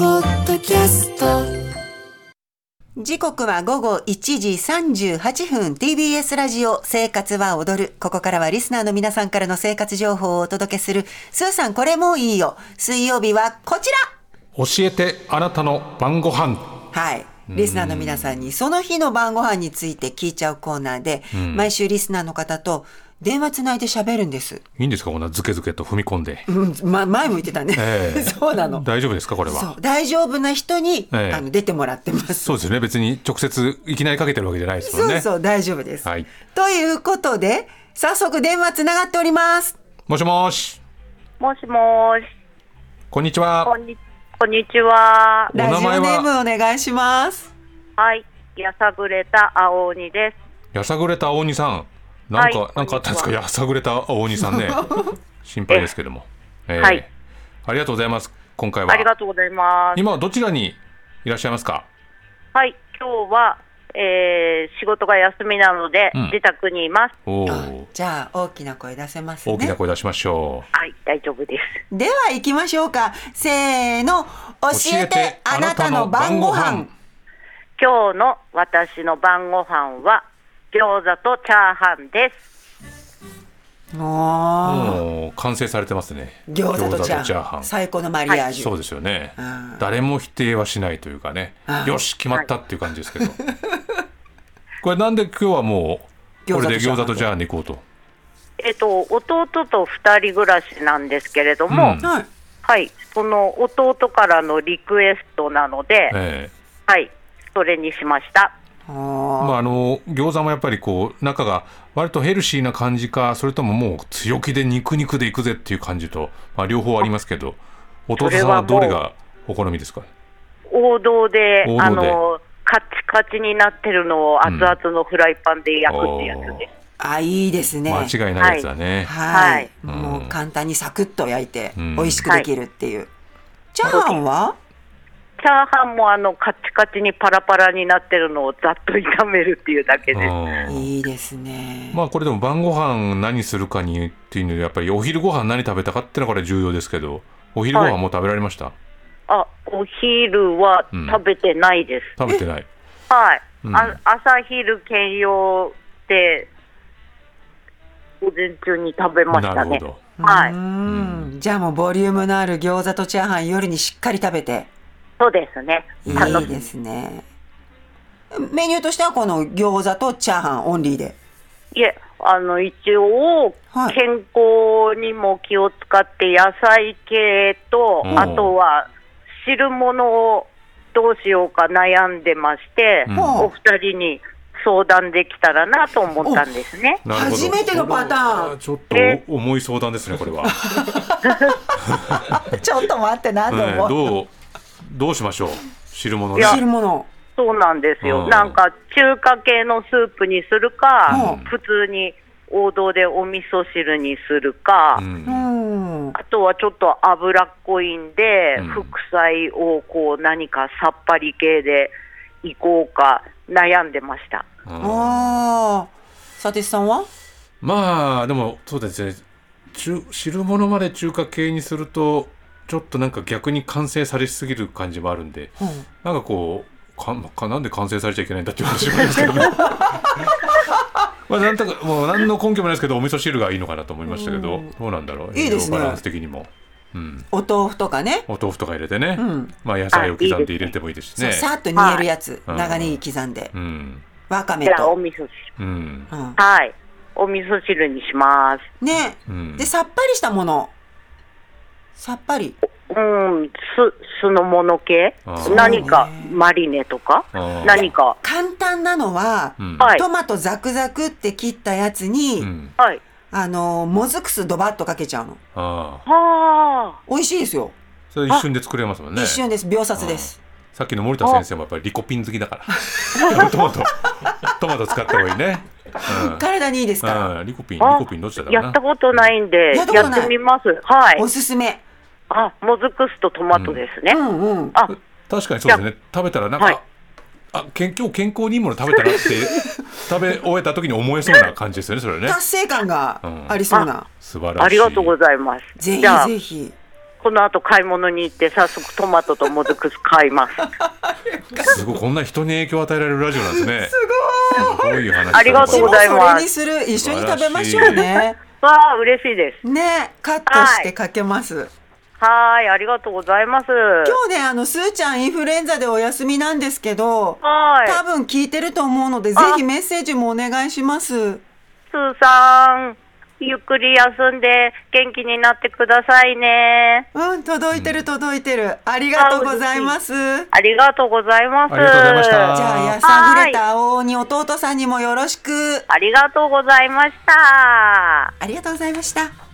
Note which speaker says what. Speaker 1: キャスト
Speaker 2: 時刻は午後1時38分 TBS ラジオ生活は踊る。ここからはリスナーの皆さんからの生活情報をお届けする、スーさんこれもういいよ。水曜日はこち
Speaker 3: 教えてあなたの晩ご飯
Speaker 2: らはい。リスナーの皆さんにその日の晩ご飯について聞いちゃうコーナーで、毎週リスナーの方と電話つないで喋るんです。
Speaker 3: いいんですかこんなズケズケと踏み込んで
Speaker 2: うん、ま、前向いてたね。
Speaker 3: ええ
Speaker 2: そうなの。
Speaker 3: 大丈夫ですかこれは
Speaker 2: そう。大丈夫な人に、
Speaker 3: ええ
Speaker 2: あの出てもらってます。
Speaker 3: そうですよね別に直接いきなりかけてるわけじゃないですもん
Speaker 2: そ
Speaker 3: ね
Speaker 2: うそう、大丈夫です。
Speaker 3: はい
Speaker 2: ということで、早速電話つながっております。
Speaker 3: もしもし
Speaker 4: もしもーし、
Speaker 3: こんにち
Speaker 4: こ
Speaker 3: は
Speaker 4: んに、こんにちは。
Speaker 3: お名前
Speaker 2: ラ
Speaker 3: は
Speaker 2: ジオネームお願いします。
Speaker 4: はい、やさぐれた青鬼です。
Speaker 3: やさぐれた青鬼さんなんか、
Speaker 4: はい
Speaker 3: なんかあったんです
Speaker 4: こ
Speaker 3: か
Speaker 4: んにち
Speaker 3: やさぐれた青鬼さんね心配ですけども、ええ
Speaker 4: はい
Speaker 3: ありがとうございます今回は
Speaker 4: ありがとうございます。
Speaker 3: 今はどちらにいらっしゃいますか
Speaker 4: はい、今日は、えー、仕事が休みなので、
Speaker 3: うん
Speaker 4: 自宅にいます。
Speaker 3: おお、
Speaker 2: あじゃあ、大きな声出せますね。
Speaker 3: 大きな声出しましょ
Speaker 4: はい、大丈夫です。
Speaker 2: では行きましょうか。せーの、教えてあなたの晩ご飯。
Speaker 4: 今日の私の晩ご飯は、餃子とチャーハンです。
Speaker 3: う
Speaker 2: も
Speaker 3: もう完成されてますね
Speaker 2: う、餃子とチャーハン。最高のマリアージュ。
Speaker 3: そうですよね
Speaker 2: うん。
Speaker 3: 誰も否定はしないというかね
Speaker 2: う。ん
Speaker 3: よし、決まったっていう感じですけど。 これなんで今日はもう、これで
Speaker 2: 餃
Speaker 3: 餃
Speaker 2: 子
Speaker 3: 子
Speaker 2: と
Speaker 3: と
Speaker 2: チ
Speaker 3: ジ
Speaker 2: ャー
Speaker 3: ャーに行こうと。
Speaker 4: えっと、弟と二人暮らしなんですけれども、
Speaker 3: うん
Speaker 2: はい。
Speaker 4: はい、その弟からのリクエストなので、
Speaker 3: ええ
Speaker 4: はい、それにしました。
Speaker 3: ま
Speaker 2: おー
Speaker 3: ああの、餃子もやっぱりこう、中が割とヘルシーな感じか、それとももう強気で肉肉でいくぜっていう感じと、まあ両方ありますけど、弟さんはどれがお好みですか
Speaker 4: 王道で、
Speaker 3: 王道で
Speaker 4: あの、カチカチになってるのを熱々のフライパンで焼くってやつ
Speaker 3: おー
Speaker 4: です。
Speaker 2: あ、いいですね。
Speaker 3: 間違いないやつだね。
Speaker 2: は
Speaker 4: はいい。
Speaker 3: うん
Speaker 2: もう簡単にサクッと焼いて、
Speaker 3: うん
Speaker 2: 美味しくできるっていう。チャーハンは
Speaker 4: チャーハンもあの、カチカチにパラパラになってるのをざっと炒めるっていうだけです。
Speaker 3: うん
Speaker 2: いいですね。
Speaker 3: まあこれでも晩ご飯何するかにっていうのでやっぱりお昼ご飯何食べたかってのがこれ重要ですけどお昼ご飯もう食べられました、
Speaker 4: あ、お昼は食べてないです。
Speaker 3: 食べてない
Speaker 4: はい、
Speaker 3: うん
Speaker 4: あ。朝昼兼用で、午前中に食べまし
Speaker 3: な
Speaker 4: た
Speaker 3: るほ
Speaker 4: ね。
Speaker 3: ど
Speaker 4: は
Speaker 2: う
Speaker 4: い、
Speaker 2: ーんじゃあもうボリュームのある餃子とチャーハン夜にしっかり食べて
Speaker 4: そうですね。
Speaker 2: い
Speaker 4: あの
Speaker 2: いですねメニューとしてはこの餃子とチャーハンオンリーで
Speaker 4: いえ、あの、一応、
Speaker 2: はい
Speaker 4: 健康にも気を使って、野菜系と、
Speaker 3: うん
Speaker 4: あとは汁物をどうしようか悩んでまして、
Speaker 3: うん
Speaker 2: ほ
Speaker 4: お二人に相談できたらなと思ったんですね。
Speaker 3: なるほど
Speaker 2: 初めてのパターン
Speaker 3: これはちょっと
Speaker 4: え
Speaker 3: お重い相談ですねこれ は、
Speaker 2: うちょっと待ってな
Speaker 3: ええ
Speaker 2: と思う
Speaker 3: どうどうしましょう汁物
Speaker 4: い
Speaker 3: ね
Speaker 4: や
Speaker 2: 汁物
Speaker 4: そうなんですよ。
Speaker 3: うん
Speaker 4: なんか、中華系のスープにするか、
Speaker 3: うん
Speaker 4: 普通に王道でお味噌汁にするか、
Speaker 3: うん
Speaker 2: うん
Speaker 4: あとはちょっと脂っこいんで、
Speaker 3: うん
Speaker 4: 副菜をこう何かさっぱり系でいこうか悩んでました。
Speaker 3: うん
Speaker 2: ああサティスさんは
Speaker 3: まあでもそうですね中汁物まで中華系にするとちょっとなんか逆に完成されしすぎる感じもあるんで
Speaker 2: うん
Speaker 3: なんかこうかかなんで完成されちゃいけないんだっていう話もありますけどね まあなんとかもう何の根拠もないですけどお味噌汁がいいのかなと思いましたけど
Speaker 2: うん
Speaker 3: どうなんだろう
Speaker 2: いいですね
Speaker 3: 栄養バランス的にも、うん、
Speaker 2: お豆腐とかね
Speaker 3: お豆腐とか入れてね、
Speaker 2: うん
Speaker 3: まあ野菜を刻ん
Speaker 4: あいいです
Speaker 3: で
Speaker 4: ね
Speaker 3: 入れてもいいですし
Speaker 2: そう
Speaker 3: ね
Speaker 2: さっと煮えるやつ
Speaker 3: はい
Speaker 2: 長ネギ刻んで
Speaker 3: うん
Speaker 2: わかめ
Speaker 4: じゃあお
Speaker 2: と
Speaker 4: 味噌汁。
Speaker 3: うん
Speaker 2: うん
Speaker 4: はい。お味噌汁にします。
Speaker 2: ね
Speaker 3: うん
Speaker 2: でさっぱりしたものさっぱり
Speaker 4: うん、酢、酢の物系
Speaker 3: あー
Speaker 4: 何か
Speaker 2: そうね
Speaker 4: マリネとか
Speaker 3: あー
Speaker 4: 何か。
Speaker 2: 簡単なのは
Speaker 3: うん
Speaker 4: はい
Speaker 2: トマトザクザクって切ったやつに、
Speaker 3: うん
Speaker 4: はい。
Speaker 2: あのーもずく酢ドバッとかけちゃうの
Speaker 3: ああ
Speaker 4: は
Speaker 2: 美味しいですよ、
Speaker 3: それ一瞬で作れますもんね
Speaker 2: 一瞬です秒殺です、
Speaker 3: さっきの森田先生もやっぱりリコピン好きだからトマトトマト使った方がいいね、
Speaker 2: 体にいいです
Speaker 3: う
Speaker 2: から、
Speaker 3: んうん、リコピンリ
Speaker 4: あ。
Speaker 3: コピンどっちだったかな
Speaker 4: やったことないんで、
Speaker 2: や
Speaker 4: や
Speaker 2: ったことない
Speaker 4: ってみます。はい
Speaker 2: お。すすめ
Speaker 4: あ、もずく酢とトマトですね
Speaker 2: う。んうん
Speaker 4: あ、
Speaker 3: 確かにそうですね食べたらなんか、
Speaker 4: はい
Speaker 3: あけん今日健康にいいもの食べたなって食べ終えた時に思えそうな感じですよねそれはね
Speaker 2: 達成感がありそうな、
Speaker 3: 素晴らしい
Speaker 4: ありがとうございます。
Speaker 2: ぜひ
Speaker 4: じゃあ
Speaker 2: ぜひ
Speaker 4: この後買い物に行って早速トマトともずく酢買います
Speaker 3: すごいこんな人に影響を与えられるラジオなんですね。
Speaker 2: すごい。
Speaker 3: すごい話。
Speaker 4: ありがとうございます
Speaker 2: それにする一緒に食べましょうね。
Speaker 4: わあ嬉しいです
Speaker 2: ね、カットしてかけます。
Speaker 4: はーいありがとうございます
Speaker 2: 今日ねあのすーちゃんインフルエンザでお休みなんですけど、
Speaker 4: はーい
Speaker 2: 多分聞いてると思うのでぜひメッセージもお願いします。
Speaker 4: スーさんゆっくり休んで元気になってくださいね
Speaker 2: うん届いてる届いてるありがとうございます。じ
Speaker 4: ありがとうございます
Speaker 3: ありがとうございました
Speaker 2: ゃあやさぐれた青鬼弟さんにもよろしく。
Speaker 4: ありがとうございました
Speaker 2: ありがとうございました。